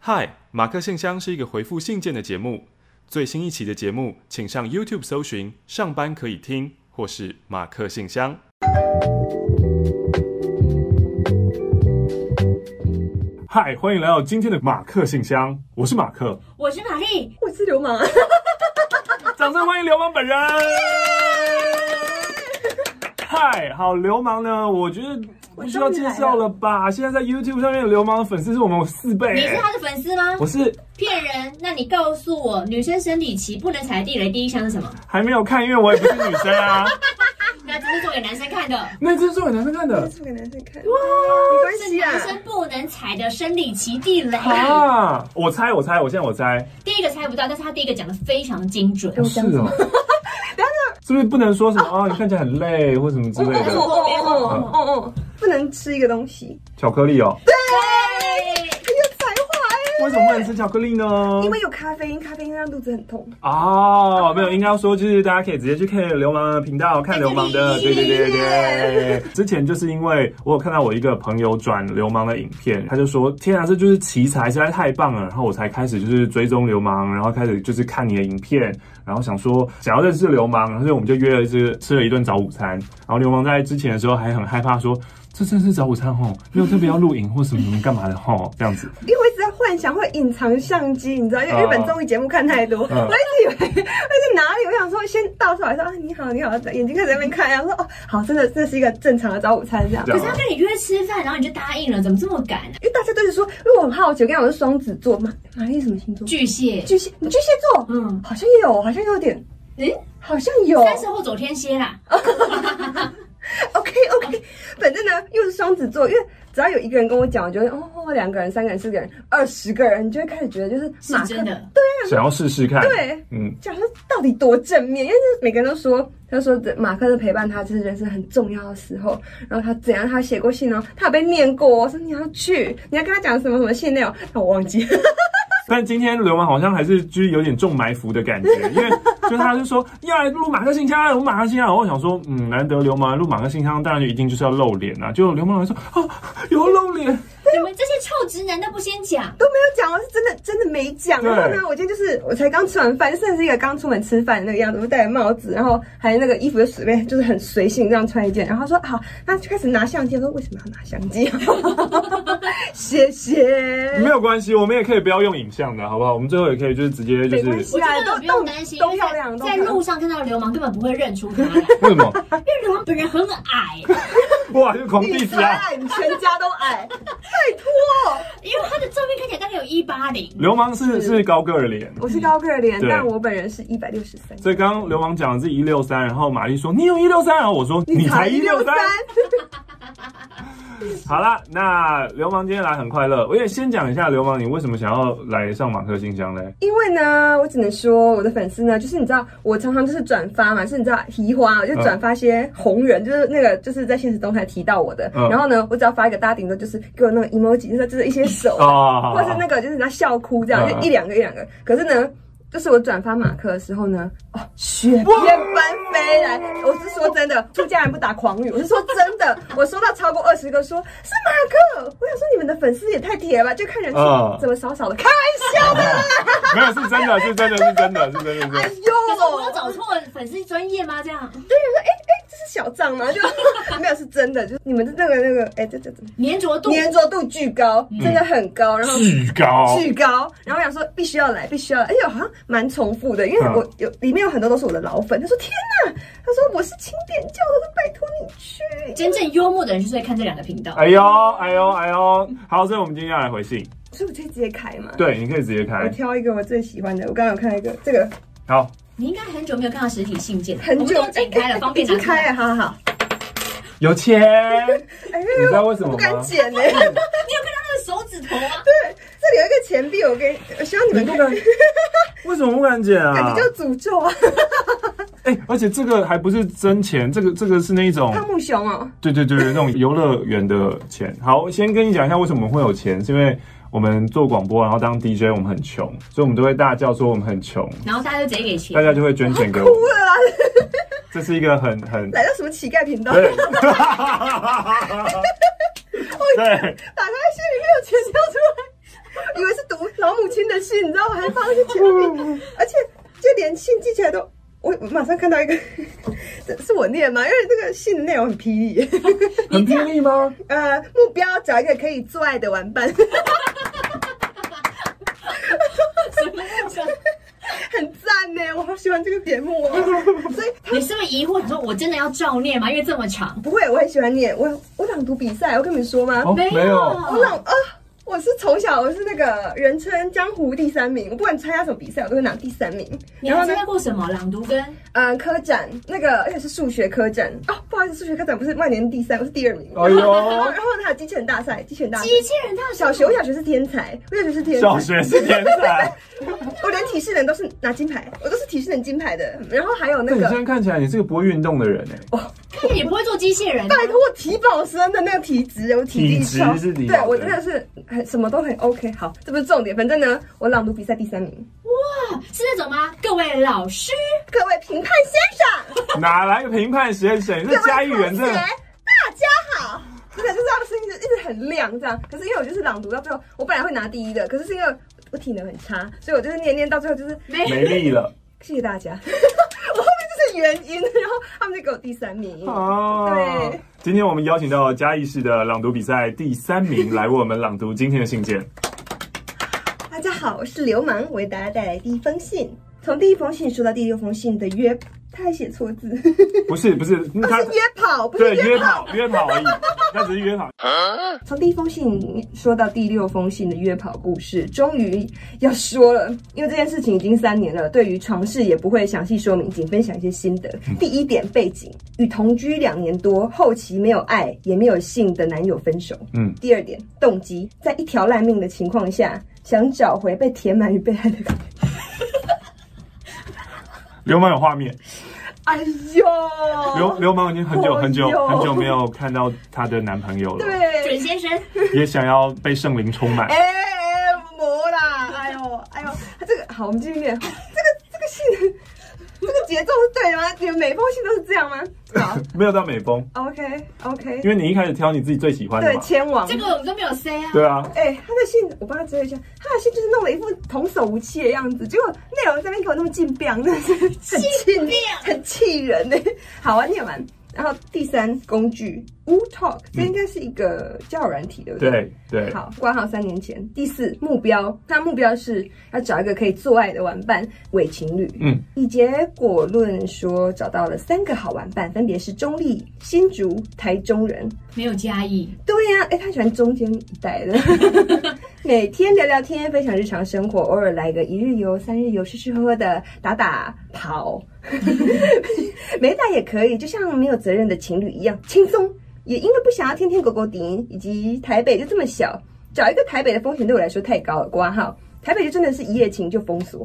嗨，马克信箱是一个回复信件的节目。最新一期的节目，请上 YouTube 搜寻“上班可以听”或是“马克信箱”。嗨，欢迎来到今天的马克信箱，我是马克，我是玛丽，我是流氓。掌声欢迎流 氓本人。嗨，好流氓呢，我觉得不需要介绍了吧？现在在 YouTube 上面，流氓的粉丝是我们四倍、你是他的粉丝吗？我是骗人！那你告诉我，女生生理期不能踩地雷，第一枪是什么？还没有看，因为我也不是女生啊。那这是做给男生看的，那这是做给男生 看的送给男生看，哇，没关是系男啊。生不能踩的生理期地雷。啊！我猜，我猜，我现在我猜，第一个猜不到，但是他第一个讲的非常精准。是哦。 是不是不能说什么啊？你看起来很累，或什么之类哦的？哦哦哦哦哦，不能吃一个东西，巧克力哦？对，很有才华哎。为什么不能吃巧克力呢？因为有咖啡因，咖啡因让肚子很痛。哦，没有，应该要说就是大家可以直接去看流氓的频道，看流氓的，对对对对。之前就是因为我有看到我一个朋友转流氓的影片，他就说：“天啊，这就是奇才，实在太棒了！”然后我才开始就是追踪流氓，然后开始就是看你的影片，然后想说想要认识流氓，然后所以我们就约了这吃了一顿早午餐。然后流氓在之前的时候还很害怕说。这真是早午餐吼，没有特别要录影或什么什么干嘛的吼，这样子。因为我一直在幻想会隐藏相机，你知道，因为日本综艺节目看太多，我嗯一直以为会是哪里。我想说，先倒出来说啊，你好，你好，眼睛开始在那边 看，然后说哦，好，真的，这是一个正常的早午餐这样。这可样是他跟你约吃饭，然后你就答应了，怎么这么敢啊？因为大家都是说，因为我很好奇，我跟你讲，我是双子座嘛，玛丽什么星座？巨蟹，巨蟹，你巨蟹座，嗯，好像有，好像有点，诶，好像有。三十后走天蝎啦。 OK OK，反正呢又是双子座，因为只要有一个人跟我讲，我觉得哦，两个人、三个人、四个人、二十个人，你就会开始觉得就是是马克真的，想要试试看。对，嗯，讲说到底多正面，因为每个人都说，他说这马克的陪伴他这是人生很重要的时候。然后他怎样，他写过信哦，他有被念过、哦，说你要去，你要跟他讲什么什么信内容，那我忘记了。但今天流氓好像还是就是有点中埋伏的感觉，因为 就他就说要来录马克信箱，我马克信箱，然后我想说，嗯，难得流氓来录马克信箱，当然就一定就是要露脸啊。就流氓来说啊，有露 脸，你们这些臭直男都不先讲，都没有讲，我是真的真的没讲。对然后呢，我今天就是我才刚吃完饭，甚至一个刚出门吃饭的那个样子，我戴着帽子，然后还那个衣服就随便就是很随性这样穿一件。然后他说好，那就开始拿相机。我说为什么要拿相机？ 谢没谢。有关系，我们也可以不要用影像的，好不好？我们最后也可以就是直接就没关是系我觉啊得都你不用都担心，都因为漂亮都在漂亮路上看到流氓根本不会认出他来，为什么？ 因为流氓本人很矮。哇，就狂你 diss 才啊！矮，你全家都矮，拜托。因为他的照片看起来大概有一八零，流氓是是高个儿脸。我是高个儿脸，对但我本人是一百六十三。所以刚刚流氓讲的是一六三，然后玛丽说你有一六三，然后我说你才一六三。好啦，那流氓今天来很快乐，我也先讲一下流氓，你为什么想要来上马克信箱嘞？因为呢，我只能说我的粉丝呢，就是你知道，我常常就是转发嘛，就是你知道提花，我就转发些红人，就是那个就是在现实动态提到我的，嗯然后呢，我只要发一个，大家顶多就是给我那个 emoji，就是就是一些手，哦，或是那个就是你知道笑哭这样，嗯就一两个一两个。可是呢。就是我转发马克的时候呢，哦，雪片般飞来。我是说真的，出家人不打诳语，我是说真的。我收到超过二十个说是马克，我想说你们的粉丝也太铁了吧，就看人嗯数怎么少少的，开玩笑的啦。没有，是真的，是真的，是真的，是真的，是真哎可的。是我有呦，找错粉丝专业吗？这样，这是小账吗？就 没有是真的，就是你们的那个那个，哎、这这这粘着度粘着度巨高，嗯真的很高，然后。巨高，巨高，然后我想说必须要来，必须要来，而且好像蛮重复的，因为嗯我有里面有很多都是我的老粉。他说天哪，他说我是勤点教的，我说拜托你去。真正幽默的人就是会看这两个频道。哎呦，哎呦，哎呦。好，所以我们今天要来回信。所以我就直接开嘛。，对，你可以直接我开。挑一个我最喜欢的，我刚刚有看到一个，这个好，你应该很久没有看到实体信件了，很久我们都剪开了，方便已经拿出来。开了，啊好好好。有钱，哎呦，你知道为什么我吗不敢剪呢、你有看到那个手指头啊吗？这里有一个钱币，我给，我希望你你们不看，敢，为什么不敢剪感啊觉？叫诅咒啊！哎，而且这个还不是真钱，这个这个是那啊种，汤姆熊哦。对对对，那种游乐园的钱。好，先跟你讲一下为什么我们会有钱，是因为。我们做广播，然后当 DJ，我们很穷，所以我们都会大叫说我们很穷，然后大家就直接给大哎钱。家就会捐钱给我哭们。了啦，这是一个很很 来到什么乞丐频道？对，对， 打开心里面有钱跳出来，以为是读老母亲的信，你知道吗？还放在前面，而且就连信记起来都。 我马上看到一个， 这是我念吗？因为这个信的内容很霹雳。很霹雳吗？ 呃，目标找一个可以做爱的玩伴， 很赞呢，我好喜欢这个节目哦。 所以你是不是疑惑？你说我真的要照念吗？因为这么长，不会，我很喜欢念，我我朗读比赛，我跟你们说吗？哦，没有没有，我朗啊。我是从小我是那个人称江湖第三名，我不管参加什么比赛，我都会拿第三名。你然后还呢参，加过什么朗读跟？嗯，科展那个而且是数学科展哦，不好意思，数学科展不是万年第三，我是第二名。哎呦然后还有机器人大赛，机器人大赛，机器人大小学，我小学是天才，我小学是天才，小学是 天才。我连体适能都是拿金牌，我都是体适能金牌的。然后还有那那你个现，在看起来你是个不会运动的人哎、看来你不会做机器人啊。拜托我体保生的那个体质，我体力体质超是体保对我生真的是很什么都很 OK。好，这不是重点，反正呢，我朗读比赛第三名。是那种吗？各位老师，各位评判先生，哪来个评判先生？你 各是位嘉义人，同真学的大家好。真的就这样声音就一直很亮，这样。可是因为我就是朗读到最后，我本来会拿第一的，可是是因为我体能很差，所以我就是念念到最后就是没没力了谢谢大家。 我后面就是原因，然后他们就给我第三名。啊对！今天我们邀请到嘉义市的朗读比赛第三名来为我们朗读今天的信件。 大家好，我是流氓，为大家带来第一封信。从第一封信说到第六封信的约，他还写错字， 是不是不是，他约跑，不对是约约跑跑。约跑而已，那只是约跑。从第一封信说到第六封信的约跑故事，终于要说了，因为这件事情已经三年了，对于床事也不会详细说明，仅分享一些心得。第一点背景：与同居两年多，后期没有爱也没有性的男友分手。嗯，第二点动机，在一条烂命的情况下，想找回被填满与被爱的感觉。流氓有画 面， 哎流呦，流氓已经很哎久呦很久很久没有看到她的男朋友了，准 对，先生，也想要被圣灵充满哎。哎，魔啦，哎呦，哎呦，这个好，我们继续念，这个这个信，这个节奏是对的吗？你们每封信都是这样吗？好没有到美峰， ，OK 因 OK，为你一开始挑你自己最喜欢的对，嘛。前往这。个我们都没有 say 啊。对啊，哎、他的信我帮他整理一下，他的信就是弄了一副童叟无欺的样子，结果内容这边给我那么劲飙，真的是很气病很气人呢、好啊，念完，然后第三工具 Wu Talk，这应该是一个交友软体，对不对？对对，好，挂号三年前。第四目标，他目标是要找一个可以做爱的玩伴，伪情侣。嗯，以结果论说，找到了三个好玩伴，分别是中立、新竹、台中人。没有加意，对呀、哎，他喜欢中间一带的，每天聊聊天，分享日常生活，偶尔来个一日游、三日游，吃吃喝喝的，打打跑， 没打也可以，就像没有责任的情侣一样轻松。也因为不想要天天狗狗顶，以及台北就这么小，找一个台北的风险对我来说太高了。挂号，台北就真的是一夜情就封锁，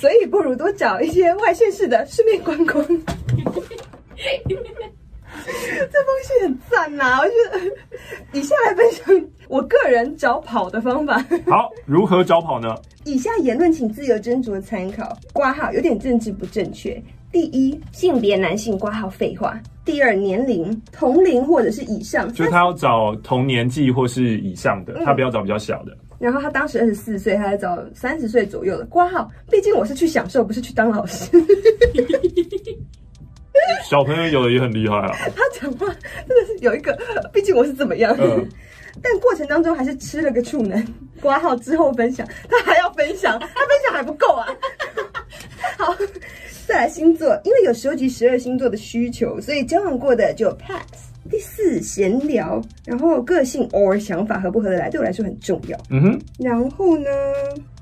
所以不如多找一些外县市的，顺便观光。这封信很赞呐、我觉得以下来分享我个人找跑的方法。好，如何找跑呢？以下言论请自由斟酌参考。挂号有点政治不正确。第一，性别男性挂号废话。第二，年龄同龄或者是以上。就是他要找同年纪或是以上的，嗯他不要找比较小的。然后他当时二十四岁，他在找三十岁左右的挂号。毕竟我是去享受，不是去当老师。小朋友有的也很厉害啊，他讲话真的是有一个，毕竟我是怎么样。嗯 但过程当中还是吃了个处男，挂号之后分享，他还要分享，他分享还不够啊。 好，再来星座，因为有收集十二星座的需求，所以交往过的就 pass。第四，闲聊，然后个性 or 想法合不合得来，对我来说很重要。嗯哼，然后呢，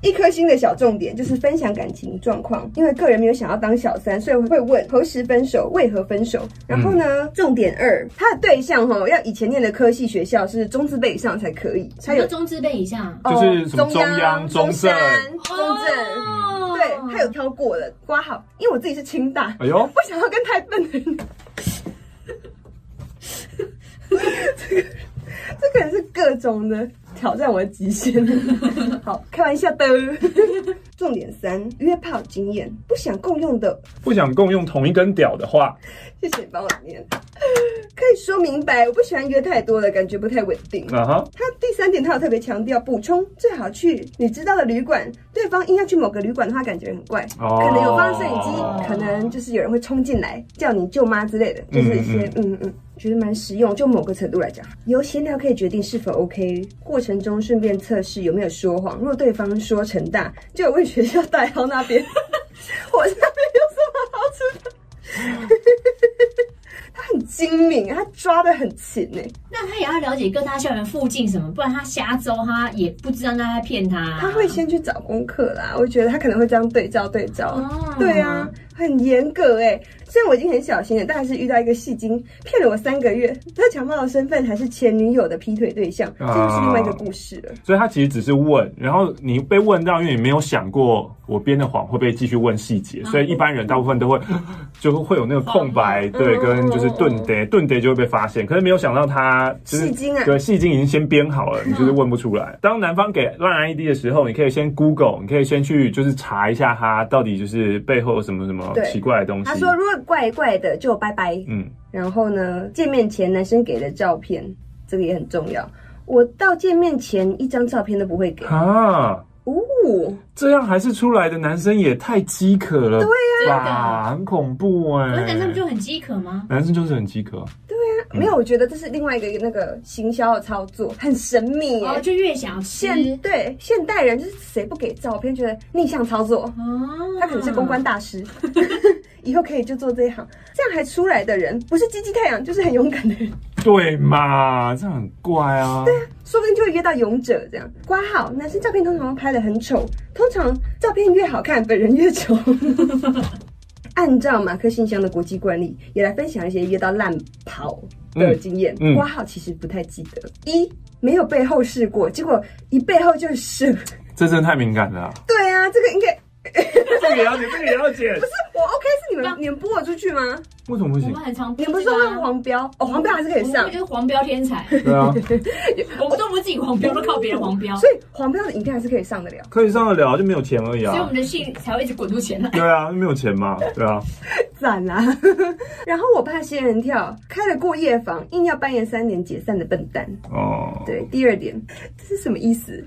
一颗星的小重点就是分享感情状况，因为个人没有想要当小三，所以我会问何时分手，为何分手。然后呢，嗯重点二，他的对象哈、要以前念的科系学校是中字辈以上才可以，什才么有中字辈以上？就是什么哦中央中山、正中正。哦对他有挑过的，挂好，因为我自己是清大，哎呦，不想要 跟太笨的人。这个这可能是各种的挑战我的极限。 好，开玩笑的。重点三，约炮经验，不想共用的，不想共用同一根屌的话，谢谢你帮我念。可以说明白，我不喜欢约太多了，感觉不太稳定。啊哈，他第三点，他有特别强调，补充最好去你知道的旅馆。对方硬要去某个旅馆的话，感觉很怪，哦可能有放摄影机，可能就是有人会冲进来叫你舅妈之类的，就是一些哦嗯嗯。觉得蛮实用，就某个程度来讲，由闲聊可以决定是否 OK。过程中顺便测试有没有说谎，若对方说成大，就有问学校代号那边， 我那边有什么好吃的？ 他很精明，他抓得很勤欸呢。那他也要了解各大校园附近什么，不然他瞎诌，他也不知道那他在骗他。他会先去找功课啦，我觉得他可能会这样对照对照。哦对啊，很严格哎、虽然我已经很小心了，但还是遇到一个戏精骗了我三个月，他强暴的身份还是前女友的劈腿对象，这就是另外一个故事了。所以他其实只是问，然后你被问到，因为你没有想过我编的谎会被继续问细节，啊所以一般人大部分都会 就会有那个空嗯白，对，跟就是顿跌，顿跌就会被发现。可是没有想到他就是戏精啊对，戏精已经先编好了，你 就是问不出来。当男方给乱 ID 的时候，你可以先 Google，你可以先去就是查一下他到底就是背后有什么什么对奇怪的东西。他说如果怪怪的就拜拜。嗯，然后呢，见面前男生给的照片，这个也很重要。我到见面前一张照片都不会给。啊，哦，这样还是出来的男生也太饥渴了，对真的很恐怖哎、可是男生不就很饥渴吗？男生就是很饥渴。没有，我觉得这是另外一个那个行销的操作，很神秘耶、哦，就越想吃。啊现对现代人就是谁不给照片，觉得逆向操作，哦，他可能是公关大师， 以后可以就做这一行。这样还出来的人，不是鸡鸡太阳，就是很勇敢的人，对嘛，这样很怪啊。说不定就会约到勇者这样。挂号，男生照片通常都拍得很丑，通常照片越好看，本人越 丑。按照马克信箱的国际惯例，也来分享一些约到烂跑的经验嗯嗯。挂、号其实不太记得。一没有背后试过，结果一背后就射。这真的太敏感了啊、对啊，这个应该这个也要剪，这个也要剪不。是我 OK，是你们你们播我出去吗？为什么不我行们？很常你逼们不是这说个啊问黄标？哦，黄标还是可以我上们，就是黄标天才，对啊，我们都不是自己黄标，都靠别人黄 标，所所以黄标的影片还是可以上得了。可以上得了，就没有钱而已以我啊们。的信才会一直滚出钱来。对啊，就没有钱嘛，对啊，赞啦！ 然后我怕仙人跳，开了过夜房，硬要半夜三点解散的笨蛋。哦，对，第二点，这是什么意思？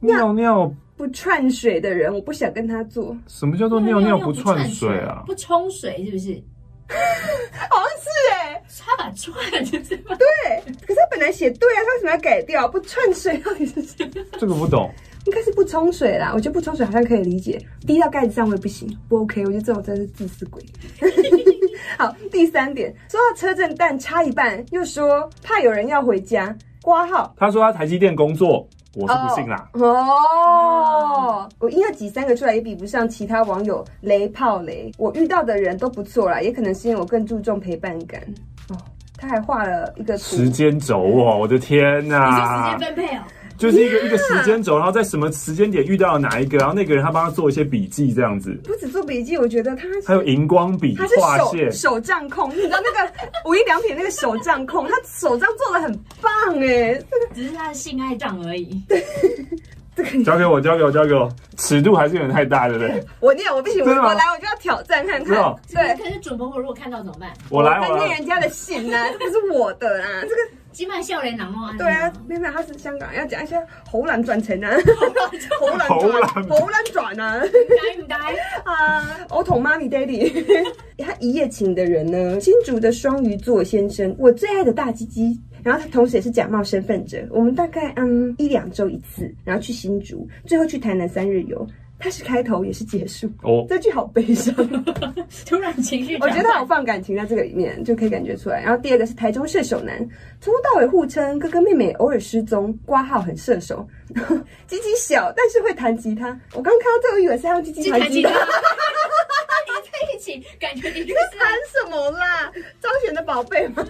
尿尿，不串水的人，我不想跟他做，什么叫做尿尿不串水啊？不冲水是不是？好像是哎、他把串就是把对。可是他本来写对啊，他为什么要改掉？不串水到底是什么？这个不懂，应该是不冲水啦，我觉得不冲水好像可以理解，滴到盖子上我也不行，不 OK，我觉得这种真的是自私鬼。 好，第三点，说到车震蛋差一半，又说怕有人要回家，挂号。他说他台积电工作，我是不信啊啦。哦！哦我硬要挤三个出来，也比不上其他网友雷炮雷。我遇到的人都不错啦，也可能是因为我更注重陪伴感。哦，他还画了一个图，时间轴哦，我的天你说呐、时间分配哦，就是一个一个时间轴，然后在什么时间点遇到了哪一个，然后那个人他帮他做一些笔记这样子，不止做笔记，我觉得他是还有荧光笔 他是划线手，手账控，你知道那个无印良品那个手账控，他手账做的很棒哎，这个只是他的性爱账而已。这个你交给我，交给我，交给我，尺度还是有点太大，对不对？我念我不行，我真的吗我来我就要挑战看真的哦看，对。可是准婆婆如果看到怎么办？我来，在我念来，人家的信呐、这不是我的啊啦，这个金麦笑脸囊哦。对啊，没有没有，他是香港，要讲一些喉兰转成啊，喉兰喉转兰喉兰转啊。该不该？ 啊，欧童妈咪 daddy，他一夜情的人呢？新竹的双鱼座先生，我最爱的大鸡鸡。然后他同时也是假冒身份者，我们大概嗯一两周一次，然后去新竹，最后去台南三日游。他是开头，也是结束。哦，这句好悲伤，突然情绪 我转换，觉得好放感情在这个里面，就可以感觉出来。然后第二个是台中射手男，从头到尾互称哥哥妹妹，偶尔失踪，挂号很射手， 鸡鸡小，但是会弹吉他。我刚看到这个，我以为是他用鸡鸡去弹弹吉吉他。他。 你在一起，感觉你就是啊 谈什么啦？张悬的宝贝吗？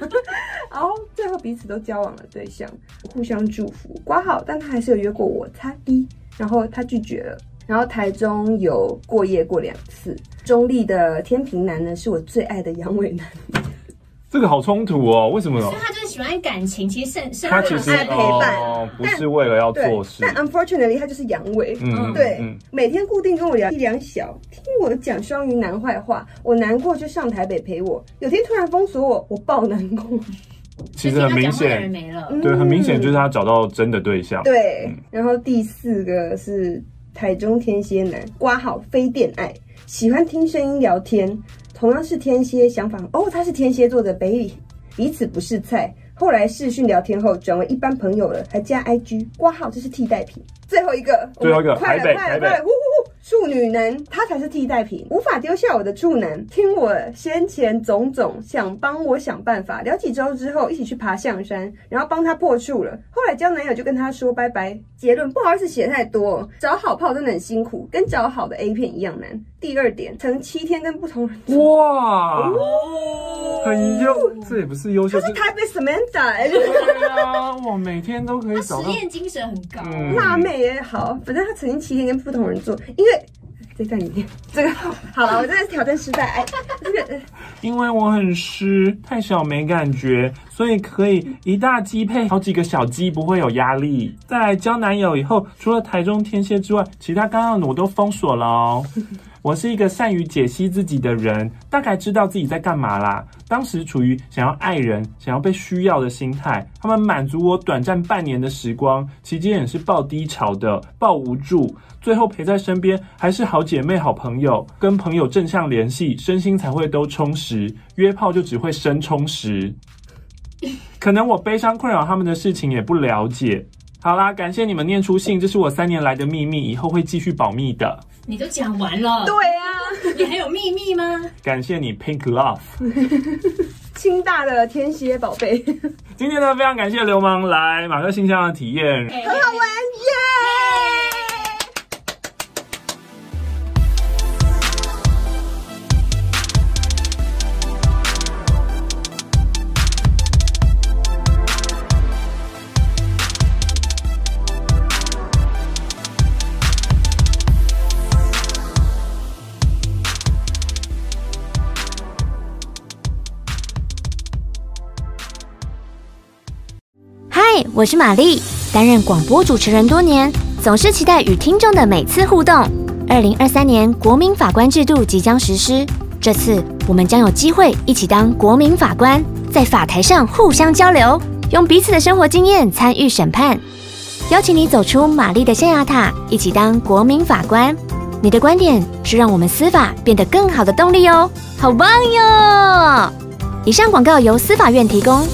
然后最后彼此都交往了对象，互相祝福，挂号，但他还是有约过我，擦一，然后他拒绝了。然后台中有过夜过两次，中立的天平男呢是我最爱的阳痿男，这个好冲突哦，为什么？因为他就是喜欢感情，其实剩剩他其实爱陪伴哦，不是为了要对做，事但。unfortunately 他就是阳痿。嗯，对，嗯每天固定跟我聊一两小，听我讲双鱼男坏话，我难过就上台北陪我。有天突然封锁我，我爆难过。其实很明人显，没了。嗯对，很明显就是他找到真的对象。对，然后第四个嗯是台中天蝎男，挂好非恋爱，喜欢听声音聊天，同样是天蝎，想法哦，他是天蝎座的 baby，彼此不是菜。后来视讯聊天后转为一般朋友了，还加 IG，挂号这是替代品。最后一个，最后一个我们快了台北快了台北快了，呼呼呼！处女男他才是替代品，无法丢下我的处男。听我先前种种，想帮我想办法。聊几周之后，一起去爬象山，然后帮他破处了。后来交男友就跟他说拜拜。结论不好意思写太多，找好炮真的很辛苦，跟找好的 A 片一样难。第二点，曾七天跟不同人。哇，很优，这也不是优秀，哦他是台北 Samantha，、欸、就是对啊，我每天都可以他找实到。验精神很高，嗯辣妹也好，反正他曾经七天跟不同人做，因为这段里面这个好了，我真的是挑战失败，哎，这个呃因为我很湿，太小没感觉，所以可以一大鸡配好几个小鸡，不会有压力。再来交男友以后，除了台中天蝎之外，其他刚刚的我都封锁了哦。我是一个善于解析自己的人，大概知道自己在干嘛啦。当时处于想要爱人、想要被需要的心态，他们满足我短暂半年的时光，期间也是爆低潮的、爆无助，最后陪在身边还是好姐妹、好朋友，跟朋友正向联系，身心才会都充实。约炮就只会生充实，可能我悲伤困扰他们的事情也不了解。好啦，感谢你们念出信，这是我三年来的秘密，以后会继续保密的。你都讲完了，对啊，你还有秘密 吗？感谢你，Pink Love。清大的天蝎宝贝，今天呢，非常感谢流氓来马克信箱的体验。哎好玩耶！嗨，我是玛丽，担任广播主持人多年，总是期待与听众的每次互动。二零二三年国民法官制度即将实施，这次我们将有机会一起当国民法官，在法台上互相交流，用彼此的生活经验参与审判。邀请你走出玛丽的象牙塔，一起当国民法官。你的观点是让我们司法变得更好的动力哦，好棒哟！以上广告由司法院提供。